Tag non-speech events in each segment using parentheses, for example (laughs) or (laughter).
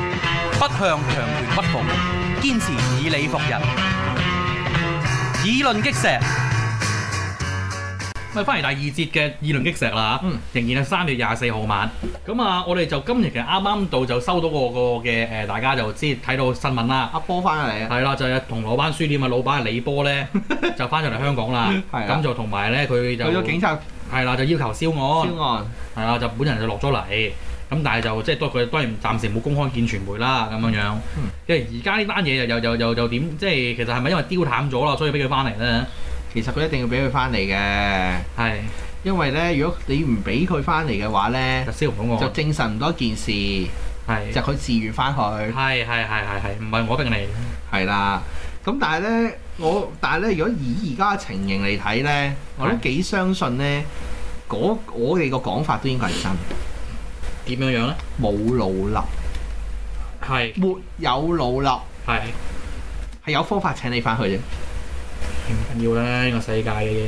不向強權屈服，堅持以理服人，以論擊石。咪啊翻嚟第二節嘅議論擊石啦嚇嗯仍然係三月廿四號晚。咁啊，我哋就今日其實啱啱到就收到個個嘅誒，大家就知睇到新聞啦。阿波翻嚟啊！係啦，就係銅鑼灣書店嘅啊老闆李波 (laughs) 咧，就翻咗嚟香港啦。係啦咁就同埋咧，佢去就咗警察啊係啦，就要求銷案。招案，係啦，就本人就落咗嚟，咁但係就即係都佢當然暫時冇公開見傳媒啦，咁樣樣嗯。因為而家呢單嘢又又又又又點？即係其實係咪因為丟淡咗啦，所以俾佢翻嚟咧？其實佢一定要俾佢翻嚟嘅，係因為咧，如果你唔俾佢翻嚟嘅話咧就，消唔到就我。證實唔多件事，係就佢自願翻去。係係係係係，唔係我定你？係啦。咁但係咧，我但係咧，如果以而家嘅情形嚟睇咧，我都係幾相信咧，嗰我哋個講法都應該係真，點樣樣咧？冇老笠，係沒有老笠，係係有方法請你翻去啫。唔緊要啦，呢個世界嘅嘢。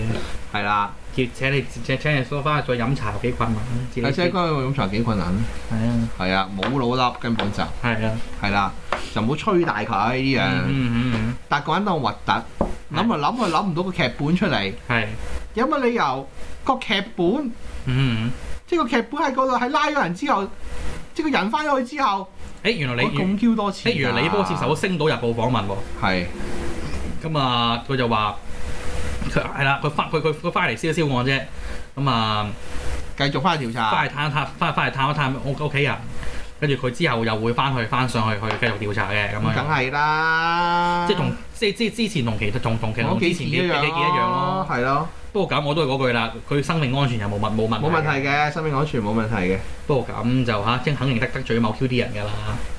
係啦，要請你請請你梳翻去再飲茶有幾困難？自己阿姐哥飲茶幾困難咧？係啊係啊，冇老笠根本就係啊，係啦，就唔好吹大佢呢樣。嗯嗯嗯但個人當核突，諗係嚟諗啊去諗唔到個劇本出嚟，嗯係有乜理由個劇本嗯嗯即係個劇本喺嗰度係拉咗人之後，即係個人翻咗去之後，嗯，誒原來我你。咁 Q 多次㗎。誒原來李波接受咗《星島日報》訪問喎，係咁啊佢就話佢係啦，佢翻佢佢佢翻嚟燒一燒案啫，咁啊繼續翻去調查，翻去探一探翻翻嚟探一探屋屋企人，跟住佢之後又會翻去翻上去去繼續調查嘅咁咁梗樣，係啦。即係同即係即係之前同其同同其我同幾之次前一啲樣嘅幾一樣咯，咯。係咯，不過咁我都係嗰句啦，佢生命安全又冇問冇問冇問題。啊嘅，生命安全冇問題嘅。不過咁就嚇，即係肯定得得罪某 Q 啲人㗎啦。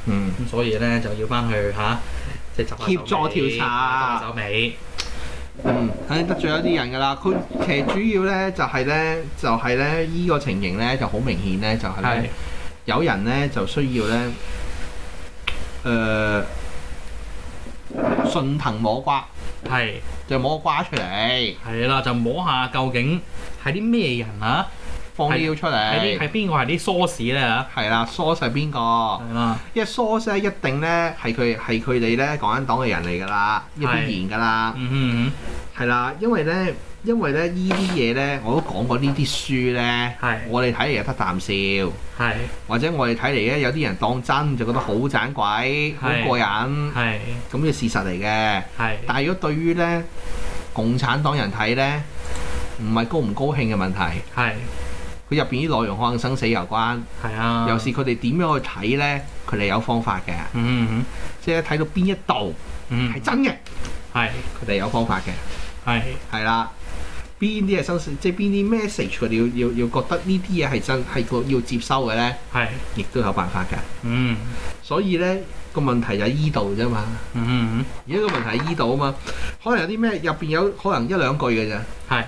嗯，咁所以咧就要翻去嚇，即係執下手尾協助調查執下手尾。嗯，肯定得罪咗啲人㗎啦。佢其實主要咧就係咧，就係咧依個情形咧就好明顯咧，就係係咧。有人咧就需要咧，呃誒、順藤摸瓜，係。就摸個瓜出嚟，係啦，就摸下究竟係啲咩人啊？放料出係啲嚟，係邊個係啲 source 咧嚇？係啦，source 係邊個？係啦，因為 source 咧一定咧係佢係佢哋咧港產黨嘅人嚟㗎啦，一係必然㗎啦，嗯哼係啦，因為咧因為咧呢啲嘢咧我都講過呢啲書咧，係我哋睇嚟又得啖笑，嗯或者我哋睇嚟咧有啲人當真就覺得好盞鬼，好係過癮哼，，係咁嘅事實嚟嘅。係但係如果對於咧共產黨人睇咧，唔係高唔高興嘅問題，係佢入邊啲內容可能生死有關，係啊，又是佢哋點樣去睇咧，佢哋有方法嘅，嗯哼即係睇到邊一度嗯係哼真嘅，係佢哋有方法嘅，係係啦。邊啲係生死，即係邊啲 message 佢哋要要要覺得呢啲嘢係真係個要接收嘅咧，係亦都有辦法嘅。嗯所以咧個問題就喺依度啫嘛，嗯而家個問題喺依度啊嘛，可能有啲咩入邊有可能一兩句嘅咋。哼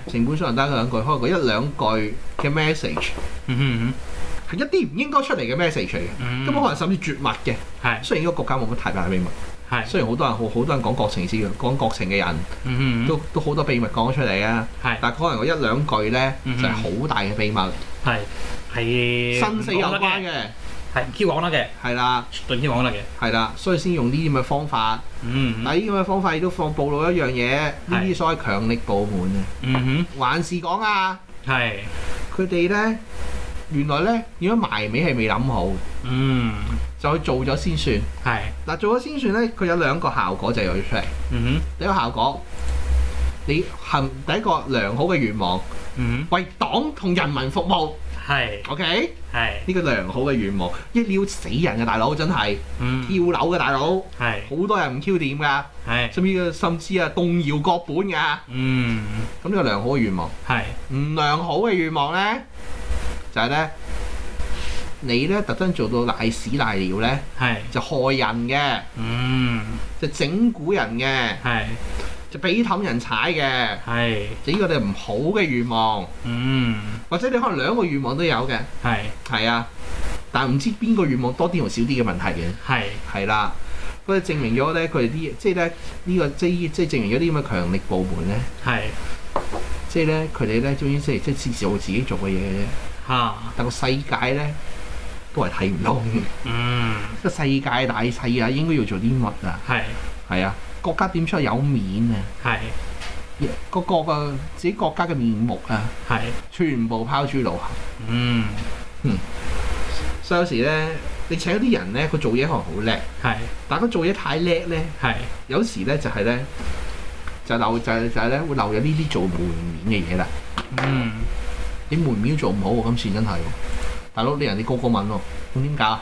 係成本上得兩句，可能佢一兩句嘅 message 嗯係一啲唔應該出嚟嘅 message 嚟嘅，哼根本可能甚至絕密嘅。嗯係雖然呢個國家冇乜太大秘密，係雖然好多人好好多人講國情思想、講國情嘅人嗯哼都都好多秘密講出嚟啊，係但可能嗰一兩句咧嗯就係好大嘅秘密，係係生死有關，嘅，係唔 Q 講得嘅，係啦對唔 Q 講得嘅，係啦，所以先用呢啲咁嘅方法。嗯但係呢啲咁嘅方法亦都放暴露一樣嘢，呢啲所謂強力部門啊，嗯還是講啊，哼係佢哋咧原來咧如果埋尾係未諗好嘅。嗯就去做咗先算。係嗱，做咗先算咧，佢有兩個效果就要出嚟。嗯哼第一個效果，你行第一個良好嘅願望，嗯為黨同人民服務。哼係 OK，係呢個良好嘅願望，一撩死人嘅大佬真係嗯跳樓嘅大佬，係好多人唔 Q 點㗎，係甚至甚至啊動搖國本㗎。嗯咁呢個良好嘅願望，係唔良好嘅願望咧，就係、呢，咧，你咧特登做到賴屎賴尿咧，係就害人嘅，嗯就整蠱人嘅。係就俾氹人踩嘅，係就呢個你唔好嘅願望，嗯或者你可能兩個願望都有嘅，係係啊，但唔知邊個願望多啲同少啲嘅問題嘅，係係啦，咁啊就證明咗咧佢哋啲即係咧呢個即係即係證明咗啲咁嘅強力部門咧，係即係咧佢哋咧終於即係即係自做自己做嘅嘢嘅啫，嚇但個世界咧都係睇唔通。嗯， (laughs) 個世界大勢啊，應該要做啲乜啊？係係啊，國家點出有面啊？係個個個自己國家嘅面目啊，係，全部拋諸腦後。嗯所以有時咧，你請啲人咧，佢做嘢可能好叻，係但係佢做嘢太叻咧，係有時咧就係、咧就漏就係就係咧會漏咗呢啲做門面嘅嘢啦。嗯你門面都做唔好喎，今次真係喎，大佬你人哋高高敏喎，咁點解啊？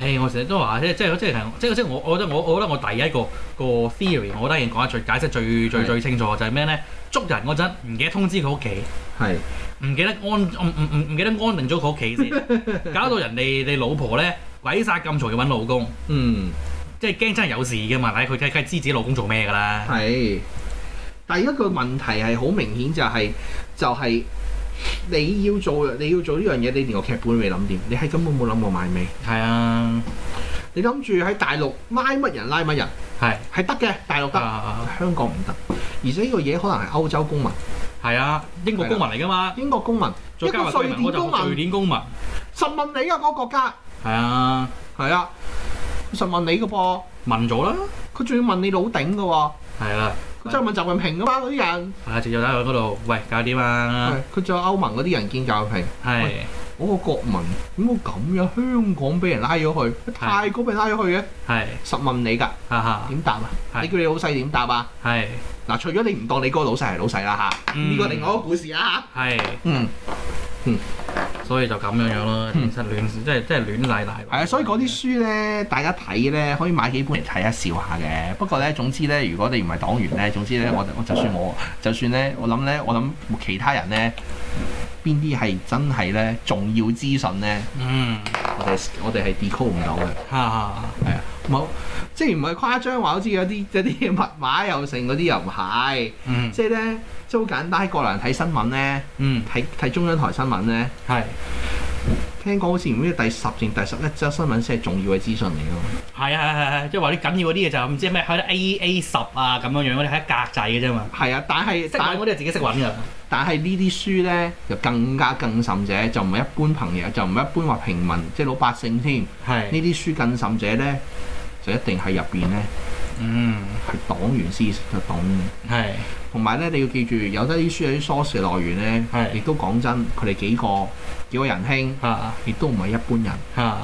誒、我成日都話，即係即係即係即係即係我，我覺得我我覺得我第一個個 theory，我覺得已經講得最解釋最最係最清楚就係咩咧？捉人嗰陣唔記得通知佢屋企，係唔記得安唔唔唔唔記得安定咗佢屋企先，搞到人哋你老婆咧鬼殺咁嘈要揾老公，嗯即係驚真係有事嘅嘛？睇佢梗係知自己老公做咩㗎啦。係，第一個問題係好明顯就係、就係、你要做你要做呢樣嘢，你連個劇本都未諗掂，你係根本冇諗過買尾。係啊，你諗住喺大陸拉乜人拉乜人係係得嘅，大陸得，啊，香港唔得。而且呢個嘢可能係歐洲公民、係啊，英國公民嚟㗎嘛，英國公民、再加埋一個居瑞民，我典就公民瑞典公民，實問你啊嗰、個國家，係啊，係啊，實問你嘅噃，問咗啦，佢仲要問你老頂嘅喎，係啦，佢真係問習近平噶嘛嗰啲人，啊，直接打去嗰度，喂，搞掂啊，係佢仲有歐盟嗰啲人見習近平，係。我個國民點解咁樣？香港俾人拉咗去，泰國俾人拉咗去嘅，係，實問你㗎哈哈，點答啊？係你叫你老細點答啊？係，嗱，除咗你唔當你嗰個老細係老細啦嚇，嗯呢個另外一個故事啦嚇。係，嗯，所以就咁樣樣咯，其嗯實亂，即係即係亂嚟嚟。係啊，所以嗰啲書咧，大家睇咧可以買幾本嚟睇下笑下嘅。不過咧，總之咧，如果你唔係黨員咧，總之咧，我我就算我就算咧，我諗咧，我諗其他人咧，邊啲係真係咧重要資訊咧，嗯，我哋我哋係 decode 唔到嘅。哈哈，係啊，冇即係唔係誇張話，好似有啲有啲密碼又成嗰啲又唔係，嗯即係咧即係好簡單。過嚟睇新聞咧，嗯，睇睇中央台新聞咧，係聽講好似唔知第十定第十一則新聞先係重要嘅資訊嚟㗎係係係係，即係話啲緊要嗰啲嘢就唔知咩喺 A A 十啊咁樣樣嗰啲係一格仔嘅啫嘛，嘛。係啊，但係識但揾嗰啲係自己識揾㗎。但係呢啲書咧就更加更甚者，就唔係一般朋友，就唔係一般話平民，即係老百姓添。呢係，啲書更甚者咧，就一定係入邊咧嗯，係黨員先識得懂嘅。係同埋咧，你要記住，有得啲書有啲 source 嘅來源咧，係亦都講真，佢哋幾個幾個人兄，嚇亦都唔係一般人。嚇，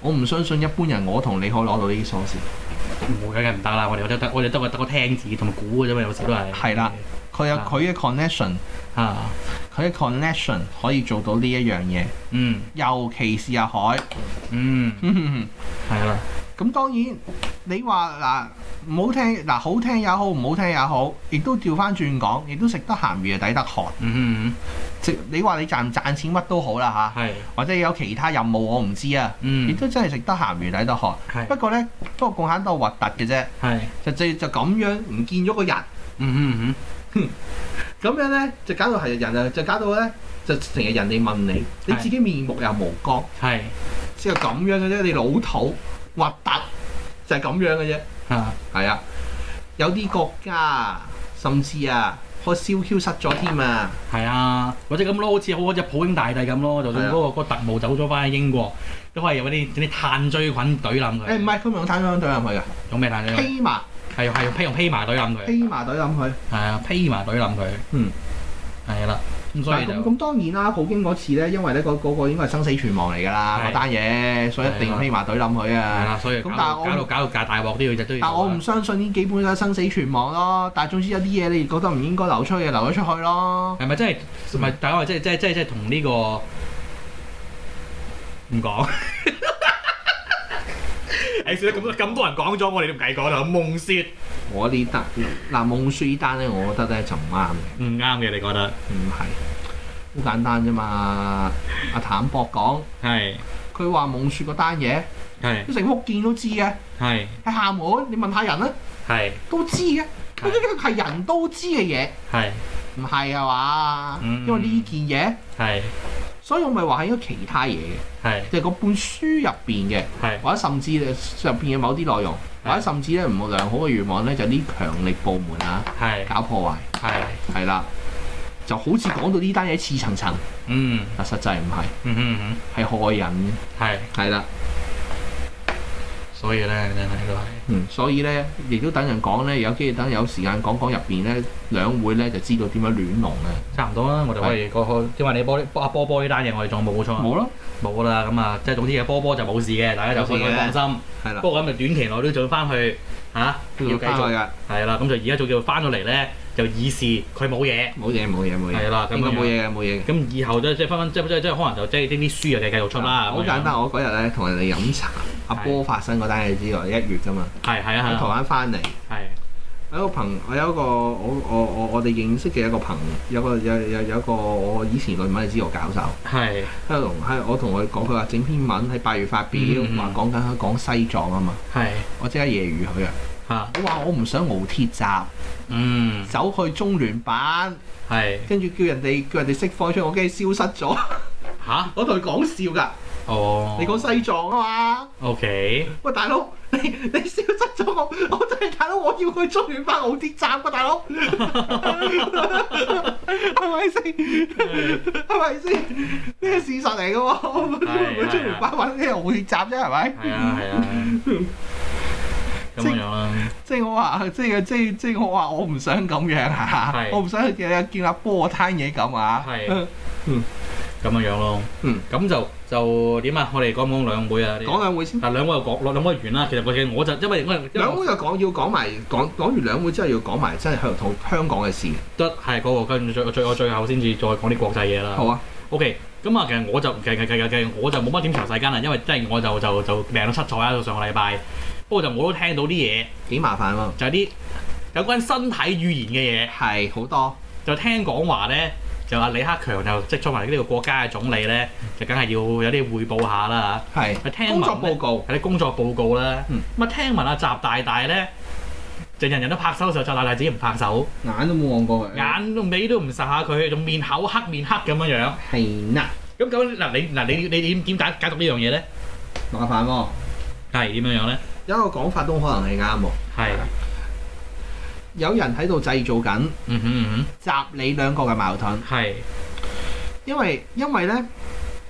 我唔相信一般人，我同你可以攞到呢啲 source。冇嘅梗係唔得啦，我哋得得我哋得個得個聽字同埋估嘅啫嘛，有時都係。係啦，佢有啊佢嘅 connection，嚇，佢嘅 connection 可以做到呢一樣嘢，嗯尤其是阿海。嗯，咁係啦，當然，你話嗱唔好聽嗱好聽也好，唔好聽也好，亦都調翻轉講，亦都食得鹹魚就啊抵得渴。嗯即你話你賺唔賺錢乜都好啦嗯係，吓，或者有其他任務我唔知啊。亦嗯都真係食得鹹魚抵得渴。不係過呢，不過共產黨核突嘅啫，係，就就就咁樣唔見咗個人，嗯嗯咁樣呢，就搞到係人啊，就搞到呢，就成日人哋問你，你自己面目又無光，嗯，係只係咁樣嘅啫，你老土核突就係咁樣嘅啫，嚇。係啊，有啲國家甚至啊開燒 Q 失咗添啊，係啊，或者咁咯，好似好似普京大帝咁咯，就算嗰、個、嗰個特務走咗翻去英國，都係有嗰啲嗰啲炭疽菌懟冧佢。誒唔係佢咪用坦克隊入去啊，用咩炭疽菌？披麻係係用披用披麻懟冧佢，披麻隊入去，係啊，披麻懟冧佢。嗯，係啦，咁所但以就咁咁當然啦，普京嗰次呢，因為呢嗰嗰個應該係生死存亡嚟㗎啦，係嗰單嘢，所以一定要披麻隊冧佢係啊。啦，所以搞咁但到係我搞到搞到大大鑊都要都要。但我唔相信呢幾本都係生死存亡咯。但係總之有啲嘢你覺得唔應該流出去，就流咗出去咯。係咪真係唔係？大家話即係即係即係即係同呢個唔講。 (laughs) 誒，算啦，咁多咁多人講咗，我哋都唔計講啦。夢雪我呢單嗱夢書呢單咧，我覺得咧就唔啱嘅，唔啱嘅，你覺得？唔係好簡單啫嘛。阿譚博講，係佢話夢書嗰單嘢，係佢成福建都知嘅，係喺廈門你問下人啦，係都知係嘅。佢呢個係人都知嘅嘢，係。唔係啊嘛。嗯因為呢件嘢，係所以我咪話係應該其他嘢嘅，係就係嗰本書入邊嘅。係或者甚至上邊嘅某啲內容，係或者甚至咧唔良好嘅願望咧，就啲強力部門啊係搞破壞，係係啦，就好似講到呢單嘢似層層，嗯但實際唔係，嗯哼嗯係害人哼，係，嘅，係啦。所以咧真係都係嗯，所以咧，亦都等人講咧，有機會等有時間講講入邊咧，兩會咧就知道點樣亂弄啊！差唔多啦。我哋可以個個，因為你波波阿波波呢單嘢，我哋仲有冇錯啊？冇咯，冇啦，咁啊，即係總之嘅波波就冇事嘅，大家就可以冇事嘅放心。係啦，不過咁就短期內都仲要翻去嚇、啊都要要繼翻去續㗎，係啦。咁就而家仲要翻到嚟咧，就以示佢冇嘢。冇嘢冇嘢冇嘢，係啦咁應該樣冇嘢嘅冇嘢嘅。咁以後都即係分分即即即係可能就即係呢啲書又繼繼續出啦。好咁樣簡單，。我嗰日咧同人哋飲茶，阿波發生嗰單嘢之外，一月㗎嘛，係係喺台啊灣翻嚟，係係有一個朋，我有一個我我我我哋認識嘅一個朋，有個有有有一個我以前論文係指導教授。係喺度同喺我同佢講，佢話整篇文喺八月發表，嗯嗯嗯話講緊講西藏啊嘛，係我即刻揶揄佢啊！嚇我話我唔想熬鐵閘，嗯走去中聯辦，係跟住叫人哋叫人哋釋放出嚟，我驚消失咗。 (laughs) 吓？我同佢講笑㗎，哦，你講西藏啊嘛， O K 喂大佬， (laughs) 你你消失咗我，我真係大佬，我要去中聯辦熬鐵閘㗎，大佬， (laughs) 係咪先？係咪先？呢個事實嚟㗎喎，我唔嗯係會去中聯辦揾啲熬鐵閘啫，係咪？係啊係啊，咁樣啦， (laughs) 即係我話，即係即係即係我話，我唔想咁樣啊！係我唔想日日見阿波攤嘢咁啊！係咁樣樣咯。嗯，咁就就點啊？我哋講唔講兩會啊？講兩會先，嗱兩會又講，兩會完啦。其實我嘅我就因為因為因為兩會就講要講埋講講完兩會之後要講埋真係香港香港嘅事。得係嗰個跟住最最我最後先至再講啲國際嘢啦。好啊， OK，咁啊，其實我就其實其實其實我就冇乜點詳細跟啦，因為即係我就就就病到七彩啦，到上個禮拜。不過就我都聽到啲嘢，幾麻煩喎，就係啲有關身體語言嘅嘢，係好多就聽講話咧，就話李克強就即係作為呢個國家嘅總理咧，就梗係要有啲彙報下啦係嚇。聽工作聞報呢告有啲工作報告啦，嗯咁啊聽聞阿習大大咧，就人人都拍手嘅時候，習大大自己唔拍手，眼都冇望過佢，眼都尾都唔睄下佢，仲面口黑面黑咁樣樣。係啦，咁咁嗱，你嗱你你點點解解讀呢樣嘢咧？麻煩喎。係點樣樣咧？有一個講法都可能係啱喎，係，有人喺度製造緊嗯哼嗯習你兩個嘅矛盾哼，，係因為因為咧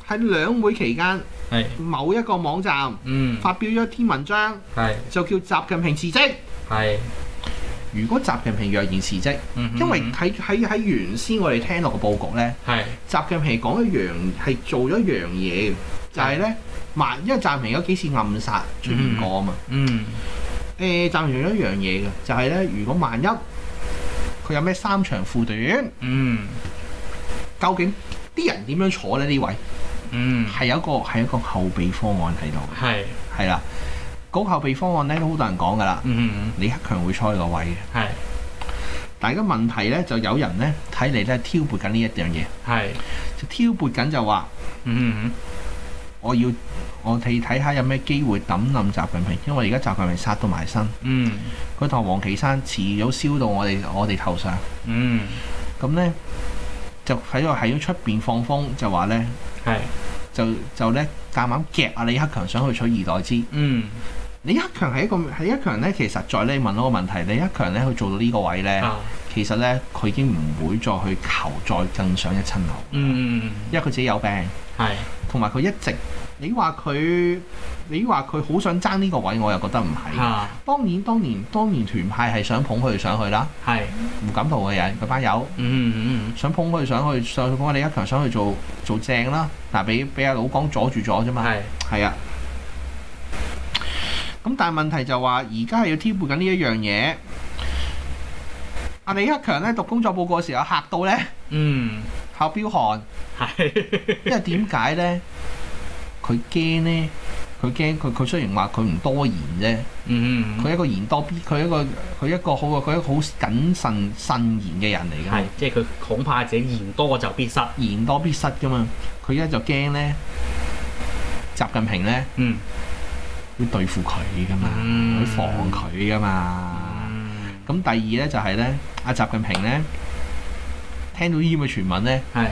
喺兩會期間，係，某一個網站嗯，發表咗一篇文章。係就叫習近平辭職。係，如果習近平若然辭職，嗯哼因為喺喺喺原先我哋聽落個報局呢，係習近平講一樣係做咗一樣嘢嘅，就係、呢。萬因為習近平有幾次暗殺出現過啊嘛。嗯誒、習近平做咗一樣嘢嘅，就係、呢：如果萬一佢有咩三長褲短，嗯究竟啲人點樣坐呢？呢位嗯係有一個係一個後備方案喺度，係，係啦。嗰、個後備方案呢，都好多人講㗎啦。嗯李克強會坐呢個位嘅。哼係但係個問題咧，就有人咧睇嚟咧挑撥緊呢一樣嘢，係，就挑撥緊就話嗯我要我哋睇下有咩機會抌冧習近平，因為而家習近平殺到埋身，哼嗯佢同黃岐山遲早燒到我哋我哋頭上，嗯咁咧就喺度喺出邊放風，就話咧係，就就咧夾硬夾啊李克強想去取而代之。嗯李克強係一個李克強咧，其實實在咧問我個問題，李克強咧佢做到呢個位咧，啊，其實咧佢已經唔會再去求再更上一層樓，嗯嗯嗯因為佢自己有病。係，同埋佢一直，你話佢，你話佢好想爭呢個位，我又覺得唔係。嚇當然，當年當年團派係想捧佢上去啦，係，胡錦濤嘅人佢班友 Ừ 嗯嗯想捧佢上去，想捧李克強上去做做正啦。嗱，俾俾阿老江阻住咗啫嗯嘛。係，係啊。咁但係問題就話，而家係要挑撥緊呢一樣嘢。阿李克強咧讀工作報告嘅時候嚇到咧嗯後飆汗。 (laughs) 係，因為點解咧？佢驚咧，佢驚佢佢雖然話佢唔多言啫，嗯嗯佢一個言多必，佢一個佢一個好啊佢一個好謹慎慎言嘅人嚟係嘅，，即係佢恐怕自己言多就必失，言多必失噶嘛。佢而家就驚咧，習近平咧嗯要對付佢噶嘛，嗯去防佢噶嘛。嗯咁第二咧就係咧，阿習近平咧聽到呢啲咁嘅傳聞咧，係，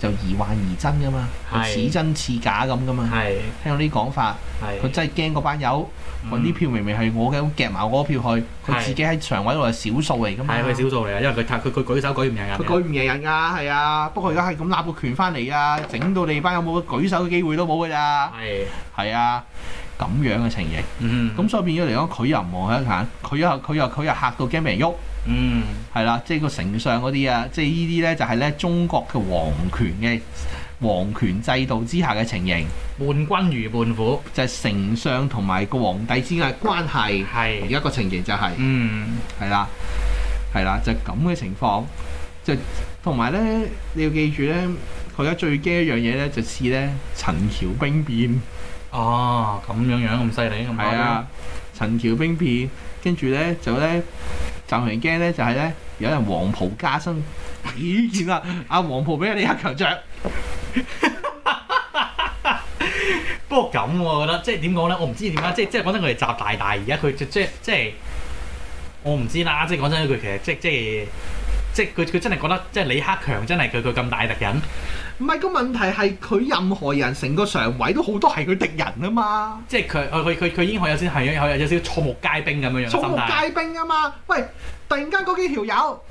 就疑幻疑真噶嘛，係似真似假咁噶嘛。係聽到呢啲講法，係佢真係驚嗰班友揾嗯啲票明明係我嘅，咁夾埋我嗰票去，嗯佢係自己喺常委度係少數嚟噶嘛。係佢少數嚟啊，因為佢太佢佢舉手舉唔贏啊人佢嘅。舉唔贏人㗎，係啊！不過而家係咁揦個拳翻嚟啊，整到你班有冇舉手嘅機會都冇㗎咋。係係啊，咁樣嘅情形，嗯咁所以變咗嚟講，佢又唔望向眼，佢又佢又佢又嚇到驚俾人喐，嗯係啦，即係個丞相嗰啲啊，即係呢啲咧就係咧中國嘅皇權嘅皇權制度之下嘅情形，伴君如伴虎，就係、丞相同埋個皇帝之間嘅關係。而係家個情形就係、嗯係啦，係啦，就係咁嘅情況，就同埋咧，你要記住咧，佢而家最驚一樣嘢咧，就似咧陳橋兵變，哦，咁樣樣咁犀利咁係啊，陳橋兵變，跟住咧就咧，暫時驚咧就係咧，有人黃袍加身，咦見啦，阿黃袍俾李克強着，不過咁喎我覺得即係點講咧？我唔知點解，即係即係講真，佢哋習大大而家佢即即即係我唔知啦。即係講真一句，其實即即係即係佢佢真係覺得即係李克強真係佢佢咁大敵人，唔係個問題係佢任何人成個常委都好多係佢敵人啊嘛。即係佢佢佢佢佢已經係有先係有有有少少草木皆兵咁嗯樣樣嘅心草木態。皆兵啊嘛！喂，突然間嗰幾條友，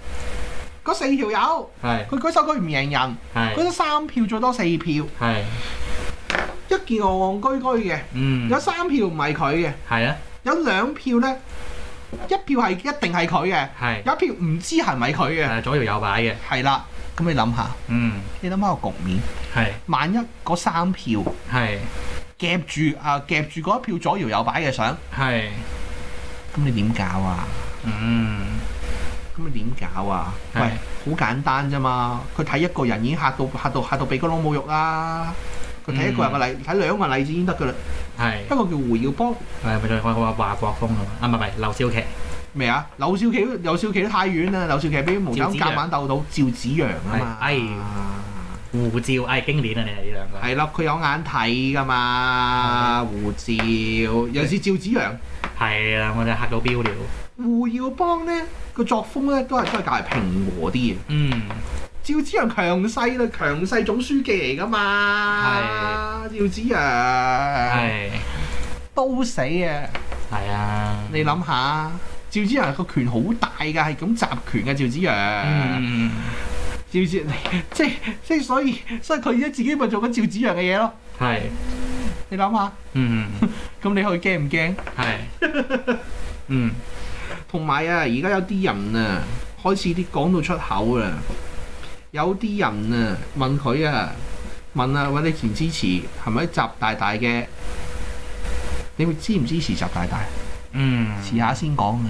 嗰四條友，係佢舉手舉唔贏人，佢係得三票最多四票，一係件戇戇居居嘅，嗯有三票唔係佢嘅，係啊有兩票呢，一票係一定係佢嘅，係有一票唔知係咪佢嘅，誒左搖右擺嘅係啦。咁你諗下，嗯你諗下個局面，係萬一嗰三票係夾住啊夾住嗰一票左搖右擺嘅相，係咁你點搞啊？嗯咁你點搞啊？喂係，好簡單啫嘛！佢睇一個人已經嚇到嚇到嚇到鼻哥窿冇肉啦。佢睇一個人嘅例，嗯睇、兩個人例子已經得噶啦。係一個叫胡耀邦，係咪再講話華國鋒啊嘛？啊唔係唔係劉少奇咩啊？柳少奇都，柳少奇都太遠啦。柳少奇俾毛澤東夾硬鬥到趙紫陽啊嘛。係哎胡照誒經典啊！你哋呢兩個係啦，佢有眼睇噶嘛，胡照，尤其是趙紫陽、係啦，我就嚇到飆了胡耀邦咧個作風咧都係都係較為平和啲嘅。嗯趙紫陽強勢啦，強勢總書記嚟噶嘛，趙紫陽係都死啊！係啊你諗下，趙紫陽個權好大㗎，係咁集權嘅趙紫陽。嗯趙紫即係即係所以所以佢而家自己咪做緊趙紫陽嘅嘢咯。係 (laughs) 你諗下，嗯咁你去驚唔驚？係嗯同埋啊，而家有啲人啊，開始啲講到出口啦。有啲人啊，問佢啊，問啊，喂，你支唔支持係咪習大大嘅？你會支唔支持習大大？嗯遲下先講啊。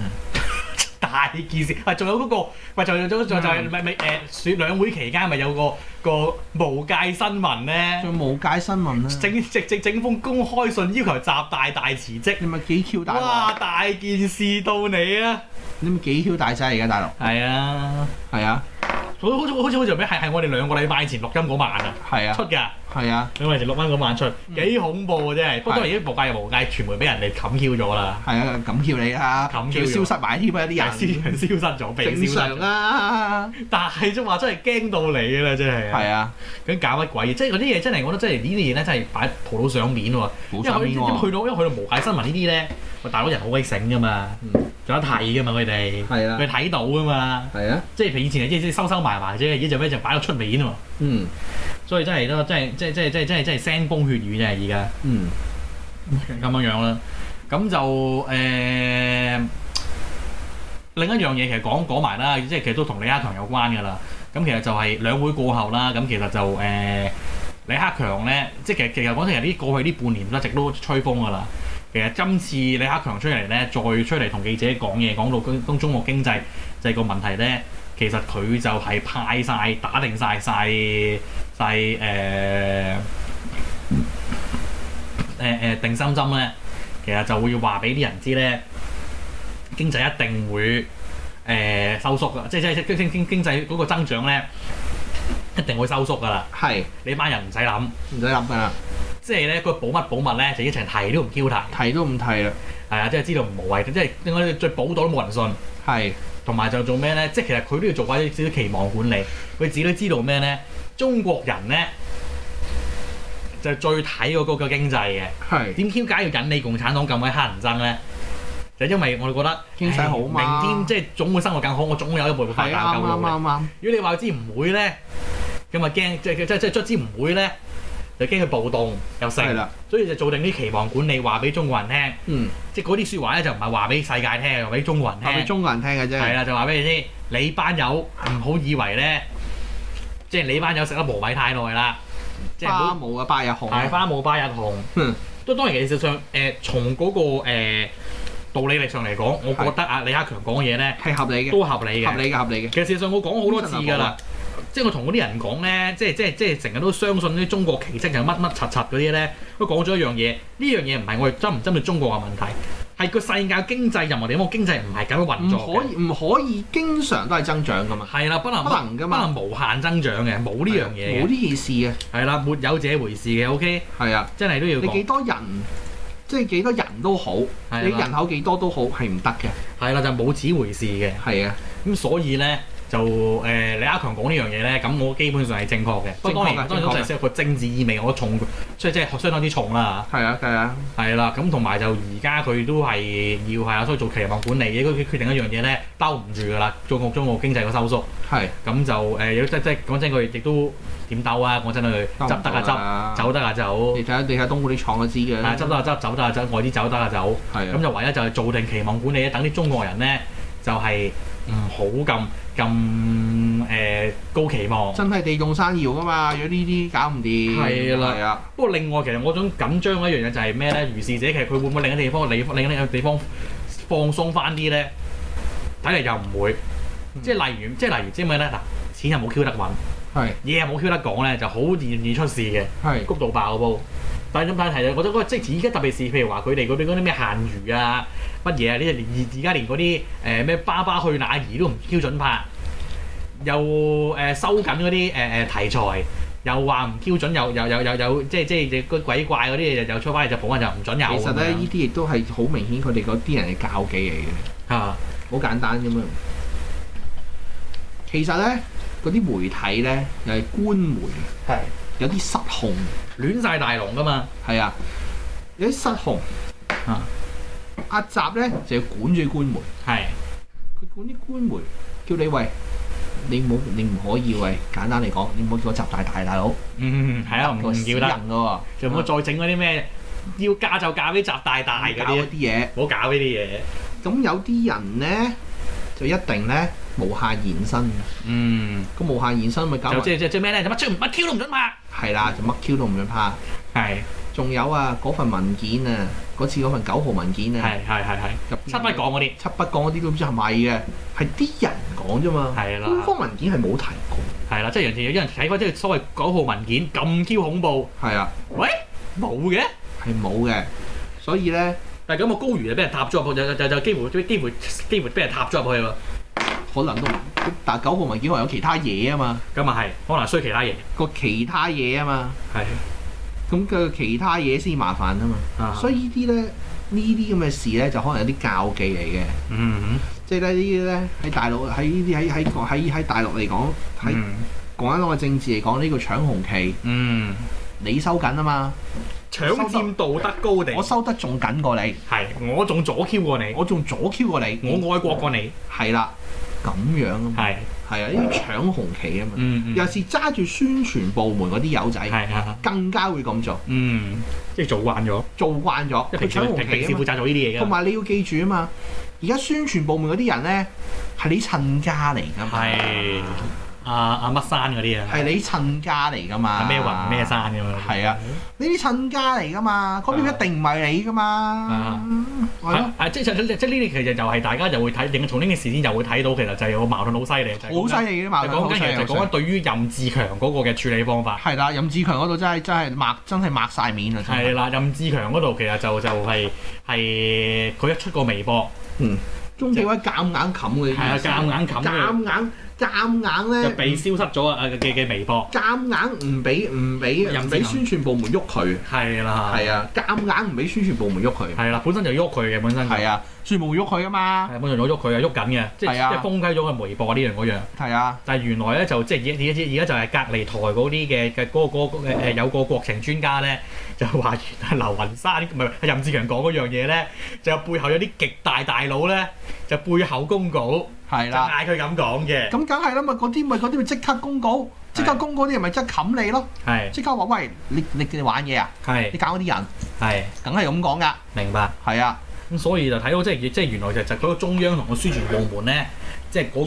大件事，啊，仲有嗰、個，喂，仲有仲有仲有就係咪咪誒選兩會期間咪有個個無界新聞咧，仲無界新聞啊啦，整直直整封公開信要求習大大辭職，你咪幾 Q 大哇！鑊？大件事到你啊，你咪幾 Q 大劑而家大陸？係啊，係啊，好好似好似好似咩係係我哋兩個禮拜前錄音嗰晚啊係啊出，㗎，係啊，兩個禮拜前錄音嗰晚出，幾恐怖啊真係，不過當然無界又無界，傳媒俾人哋冚 Q 咗啦，係啊，咁 Q 你啦，咁仲 Q 要咗消失埋添啊思啲想人， (laughs) 消失咗，被正消失常咗，啦，但係啫嘛，真係驚到你啦真係啊。係啊，咁搞乜鬼嘢？即係嗰啲嘢真係，我覺得真係呢啲嘢咧，真係擺蒲到上面喎。冇因為佢心面因為去喎，到因為去到無界新聞呢啲咧，喂大佬人好鬼醒噶嘛，有得睇噶嘛佢哋，係啊佢睇到噶嘛。係啊，即係譬如以前係即係收收埋埋啫，而家就咩就擺到出面喎。嗯所以真係都真係真係真係真係真係真係腥風血雨真係而家嗯，咁樣樣啦。咁就誒、呃另一樣嘢其實講講埋啦，即係其實都同李克強有關㗎啦。咁其實就係兩會過後啦，咁其實就誒、呃李克強咧，即係其實其實講真，其實呢過去呢半年一直都吹風㗎啦。其實今次李克強出嚟咧，再出嚟同記者講嘢，講到中中中國經濟就係個問題咧，其實佢就係派晒打定晒晒晒呃誒誒誒呃定心針咧，其實就會話俾啲人知咧，經濟一定會誒、呃收縮㗎，即係即係經經經濟嗰個增長咧一定會收縮㗎啦。係你班人唔使諗，唔使諗㗎啦，即係咧個保密保密咧就一齊提都唔 Q 提，係提都唔提啦，啊，即係知道無謂，即係應該最保到都冇人信。係同埋就做咩咧？即係其實佢都要做翻少少期望管理，佢自己都知道咩咧？中國人咧就最睇嗰個個經濟嘅。係點解要引你共產黨咁鬼乞人憎咧？就因為我哋覺得經濟好嘛唉明天即係總會生活更好，我總會有一步步發係達啱夠啱到嘅。啱啱，如果你話知唔會咧，咁啊驚即係即係即係卒之唔會咧，就驚佢暴動又係成，啦，所以就做定啲期望管理，話俾中國人聽，嗯，即係嗰啲説話咧就唔係話俾世界聽，話俾中國話俾人聽，中國人聽嘅係啫，啦就話俾你知，你班友唔好以為咧，即係你班友食得無米太耐啦，即係唔好花冇啊，八日紅大啊，花冇巴日紅嗯，都當然其實上誒、呃、從嗰、個、呃、道理力上嚟講，我覺得啊李克強講嘢咧係合理嘅，都啊合理合嘅。理嘅，合理嘅，其實事實上我講好多次㗎啦，即係我同嗰啲人講咧，即係即係即係成日都相信啲中國奇蹟就啊乜乜柒柒嗰啲咧，都講咗一樣嘢，呢樣嘢唔係我哋針唔針對中國嘅問題，係個世界經濟任何地方經濟唔係咁樣運唔作嘅可以唔可以經常都係增長噶嘛，係啦，不能不能噶不嘛，能無限增長嘅，冇呢樣嘢冇嘅，呢件事嘅，係啦，沒有這回事嘅，OK，係啊，真係都要你幾講，多人，即係幾多人都好，你係啦人口幾多都好，係唔得嘅，係啦，就冇此回事嘅。係啊，咁所以咧就誒、呃李克強講呢樣嘢咧，咁我基本上係正確嘅。不過當然當正確嘅然都係有個政治意味，我重所以即係相當之重啦。係啊，係啊，係啦，咁同埋就而家佢都係要係啊，所以做期望管理嘅，佢決定一樣嘢咧，兜唔住㗎啦。中國中國經濟嘅收縮，係咁就誒、呃，亦都即即講真，佢亦都點兜啊？講真佢執得啊啊執，走得啊走你，睇下你睇下東莞啲廠就知嘅，啊執得啊執，走得啊走，外資走得啊走。係咁啊，就唯一就係做定期望管理，等啲中國人咧就係唔好咁咁誒高期望。真係地動山搖噶啊嘛，如果呢啲搞唔掂，係啦係啊，不過另外其實我想緊張嘅一樣嘢就係咩咧？如是者其實佢會唔會另一地方地另一個地方放鬆翻啲咧？睇嚟又唔會，嗯即係例如即係例如即係咩咧？嗱，錢又冇 Q 得揾，係嘢又冇 Q 得講咧，就好易易出事嘅，係谷到爆煲。但係咁但係我覺得嗰個即係而家特別是譬如話佢哋嗰啲嗰啲咩限娛啊乜嘢啊，呢連而而家連嗰啲誒咩巴巴去哪兒都唔標準拍，又誒、呃收緊嗰啲誒誒題材，又話唔標準，又又又又又即係即係個鬼怪嗰啲嘢又出翻嚟就補翻就唔準有。啊其實咧，呢啲亦都係好明顯，佢哋嗰啲人嘅教技嚟嘅，嚇好簡單啫嘛。其實咧，嗰啲媒體咧又係官媒，係有啲失控，亂晒大龍㗎嘛，係啊，有啲失控。啊，阿習咧就要管住官媒，係佢管啲官媒，叫你喂，你冇你唔可以喂，簡單嚟講，你唔好叫我習大大大佬，嗯係啊，唔唔死要人得，㗎喎，嗯就唔好再整嗰啲咩要嫁就嫁俾習大大嗰搞啲嗰，啲嘢。唔好搞呢啲嘢。咁有啲人咧就一定咧無限延伸嘅，嗯。咁無限延伸咪搞埋就即係即係即係咩咧？就乜出乜 Q 都唔準拍。係啦，就乜 Q 都唔准怕。係仲有啊，嗰份文件啊，嗰次嗰份九號文件啊，係係係係，入七不講嗰啲七不講嗰啲都唔知係咪嘅，係啲人講啫嘛。係官啦方文件係冇提過，係啦，即係人哋有人睇翻即係所謂九號文件咁 Q 恐怖，係啊，冇嘅。係冇嘅。所以咧，但係咁個高原就俾人踏咗入去，就就就幾乎幾乎幾乎俾人踏咗入去喎。可能都但九號文件可能有其他嘢啊嘛，咁啊係，可能衰其他嘢。個其他嘢啊嘛，係咁嘅其他嘢先麻煩啊嘛。啊，所以呢啲咧，呢啲咁嘅事咧，就可能有啲教技嚟嘅。嗯即係咧呢啲咧喺大陸喺呢啲喺喺喺喺大陸嚟講，喺嗯講緊我政治嚟講，呢個搶紅旗，嗯，你收緊啊嘛，搶佔道德高地我，收得仲緊過你，係我仲左 Q 過你，我仲左 Q 過你，我愛國過你，係啦，咁樣啊嘛，係係啊，呢啲搶紅旗啊嘛，嗯尤其是揸住宣傳部門嗰啲友仔，係啊更加會咁做，嗯，即係做慣咗，做慣咗即係平佢時搶紅平旗時啊負嘛，責做呢啲嘢㗎同。埋你要記住啊嘛，而家宣傳部門嗰啲人咧係你親家嚟㗎嘛，係阿阿乜山嗰啲啊，係你親家嚟㗎嘛，係咩雲咩山咁樣。係啊，呢啲親家嚟噶嘛，嗰邊一定唔係你噶嘛啊，係咯，啊！即係即即呢啲其實就係大家就會睇，令從呢件事件就會睇到，其實就係個矛盾好犀利。啊好犀利嘅矛就盾，講好緊犀其實利，啊就講緊對於任志強嗰個嘅處理方法。係啦，任志強嗰度真係真係抹真係抹晒面啊，真係係，啦，任志強嗰度其實就就係係佢一出個微博，中紀委夾硬冚嘅，係啊，夾硬冚佢，夾硬夾硬就咧，被消失咗啊嘅嘅微博，夾硬唔俾唔俾任唔性俾啊宣傳部門喐佢，係啦，係啊，夾硬唔俾宣傳部門喐佢，係啦，啊本身就喐佢嘅本身就，係啊，宣傳部門喐佢啊嘛，係本身就喐佢啊，喐緊嘅，即係係啊即係封雞咗佢微博呢樣嗰樣。係啊，但係原來咧就即係而家而家而家就係隔離台嗰啲嘅嘅嗰個嗰個誒誒有個國情專家咧， (laughs) 就話原來劉雲山唔係係任志強講嗰樣嘢咧，就背後有啲極大大佬咧就背後公告，係就啦。嗌佢咁講嘅，咁梗係啦，咪嗰啲咪嗰啲咪即刻公告，即刻公告啲人咪即刻冚你咯，係即刻話喂你你你玩嘢啊，係你搞嗰啲人，係梗係咁講噶，明白。係啊，咁所以就睇到即係即係原來就就嗰個中央同個宣傳部門咧，即係嗰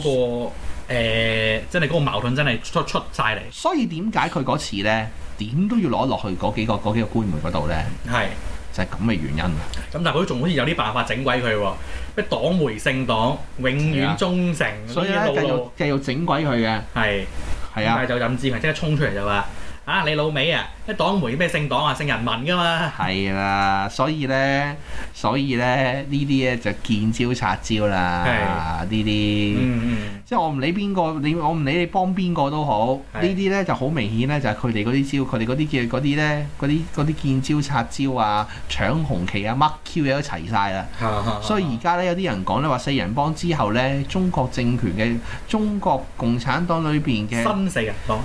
個、呃、真係嗰個矛盾真係出出曬嚟，所以點解佢嗰次咧點都要攞落去嗰幾個嗰幾個官媒嗰度咧，係。就係咁嘅原因啊，咁但係佢都仲好似有啲辦法整鬼佢喎，咩黨媒聖黨，永係啊遠忠誠所以呢咧啲繼路續路繼續整鬼佢嘅，係，咁係但啊，係就任志強即刻衝出嚟就話：啊你老味啊，咩黨媒咩聖黨啊，聖人民噶嘛，係啦，所以咧，所以咧呢啲咧就見招拆招啦，呢啲。嗯即係我唔理邊個，你我唔理你幫邊個都好，呢係啲咧就好明顯咧，就係佢哋嗰啲招，佢哋嗰啲嘅嗰啲咧，嗰啲嗰啲見招拆招啊，搶紅旗啊，乜 Q 嘢都齊晒啦。嗯，所以而家咧有啲人講咧話四人幫之後咧，中國政權嘅中國共產黨裏邊嘅新四人黨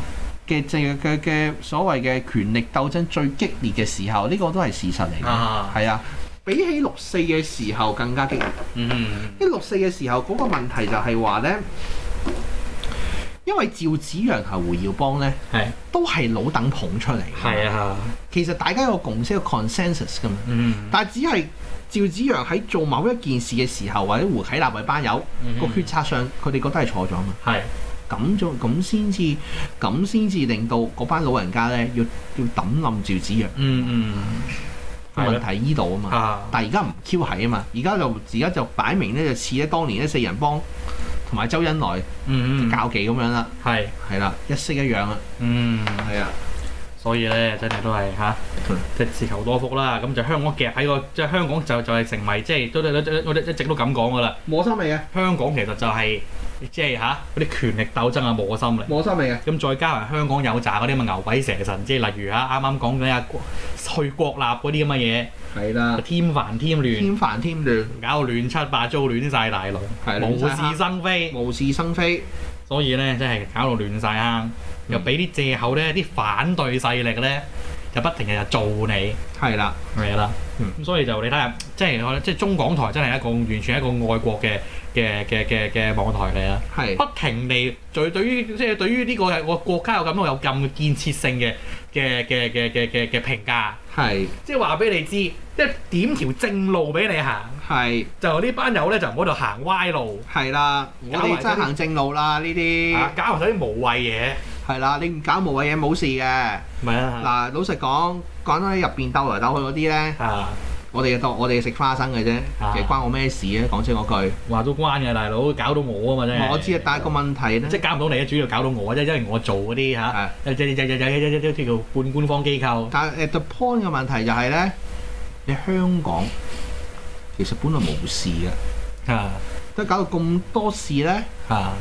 嘅政嘅嘅所謂嘅權力鬥爭最激烈嘅時候，呢、個都係事實嚟嘅，啊，係啊。比起六四嘅時候更加激烈。嗯一六四嘅時候嗰、個問題就係話呢，因為趙紫陽同胡耀邦呢係都係老等捧出嚟，係啊，其實大家有個共識有 consensus 㗎嘛，嗯但係只係趙紫陽喺做某一件事嘅時候，或者胡啟立為班友嗯個決策上，佢哋覺得係錯咗嘛，係咁就咁先至咁先至令到嗰班老人家呢要要抌冧趙紫陽嗯個係問咯題依度啊嘛嗯。啊但係而家唔 Q 係啊嘛，而家就而家就擺明咧就似咧當年咧四人幫同埋周恩來嗯嗯教技咁樣啦，係係啦，一式一樣啊，嗯。係啊，所以咧，真係都係 (laughs) 嚇嗯，即係自求多福啦。咁就香港夾喺個，即係香港就就係成為即係都都都我哋一直都咁講噶啦。磨心味嘅，香港其實就係、即係嚇嗰啲權力鬥爭啊磨心嚟。磨心味嘅，咁再加埋香港有扎嗰啲咁嘅牛鬼蛇神，即係例如嚇啱啱講緊啊國去國立嗰啲咁嘅嘢，係啦就，添煩添亂，添煩添亂，搞到亂七八糟，亂晒大龍，係無亂晒事生非。無事生非，所以咧，真係搞到亂晒坑，又俾啲藉口咧，啲反對勢力咧就不停日日做你。係啦，係啦，咁、嗯所以就你睇下，即係我即係中港台真係一個完全一個愛國嘅嘅嘅嘅嘅網台嚟啦，係不停地對對於即係對於呢個係我國家有咁多有咁建設性嘅嘅嘅嘅嘅嘅嘅評價，係即係話俾你知，即係點條正路俾你行，係就呢班友咧就唔好喺度行歪路，係啦，我搞埋哋真係行正路啦呢啊啲，搞埋晒啲無謂嘢，係啦，你唔搞無謂嘢冇事嘅，咪啊嗱老實講，講到喺入邊鬥嚟鬥去嗰啲咧，啊我哋就當我哋食花生嘅啫，啊其實關我咩事啊？講真嗰句。話都關嘅大佬，搞到我啊嘛真係，我知啊，但係個問題咧，即係搞唔到你，主要搞到我啫，因為我做嗰啲嚇。有係有有有有有有叫做半官方機構，但係 the point 嘅問題就係咧，你香港其實本來冇事嘅，啊都搞到咁多事咧。啊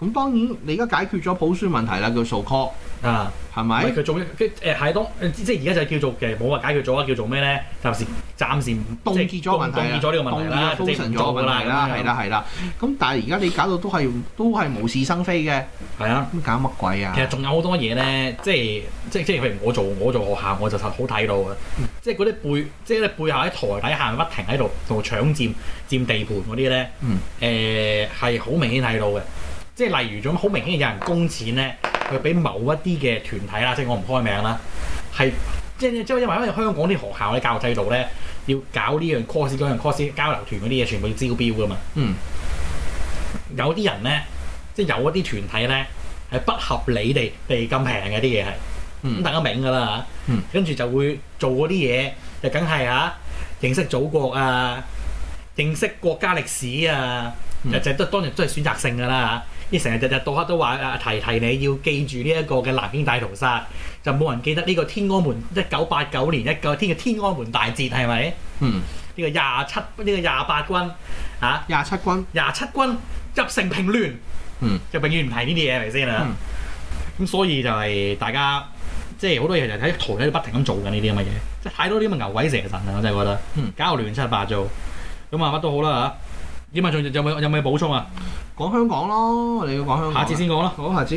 咁當然你而家解決咗普選問題啦，叫數 call 啊！係唔係咪？佢做咩？佢誒係當即即係而家就叫做嘅冇話解決咗啊，叫做咩咧？暫時暫時唔凍結咗問題凍啦，結咗呢個問題啦，即凍係結咗 frozen 唔咗做個㗎啦問題啦，咁樣係啦係啦。咁但係而家你搞到都係都係無事生非嘅，係啊。咁搞乜鬼啊其？實仲有好多嘢咧，即係即係即係譬如我做我做學校，我就實好睇到嘅，即係嗰啲背即係咧背後喺台底下不停喺度同搶佔佔地盤嗰啲咧嗯，誒呃係好明顯睇到嘅，即係例如咁好明顯有人供錢咧，佢俾某一啲嘅團體啦，即係我唔開名啦，係即係即係因為因為香港啲學校嘅教育制度咧，要搞呢樣 course 嗰樣 course 交流團嗰啲嘢，全部要招標噶嘛。嗯，有啲人咧，即係有一啲團體咧係不合理地被咁平嘅啲嘢係，咁嗯大家明㗎啦嚇嗯跟住就會做嗰啲嘢，就梗係嚇認識祖國啊，認識國家歷史啊，嗯就就都當然都係選擇性㗎啦嚇。啲成日日日到黑都話啊提提你要記住呢一個嘅南京大屠殺，就冇人記得呢個天安門一九八九年一個天嘅天安門大捷係咪？呢、嗯，個廿七呢、個廿八軍啊廿七軍廿七軍入城平亂，嗯即係永遠唔提呢啲嘢係咪先啊？咁、所以就係大家即係好多嘢就係喺圖喺度不停咁做緊呢啲咁嘅嘢，即係太多啲咁嘅牛鬼蛇神啦，我真係覺得，嗯搞到亂七八糟，咁啊乜都好啦嚇。點啊？仲有有冇有冇嘢補充啊？講香港咯，我哋要講香港。下次先講啦。好，下次。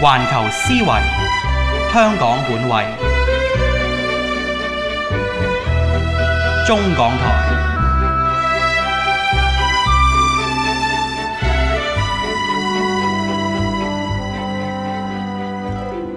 環球思維，香港本位，中港台。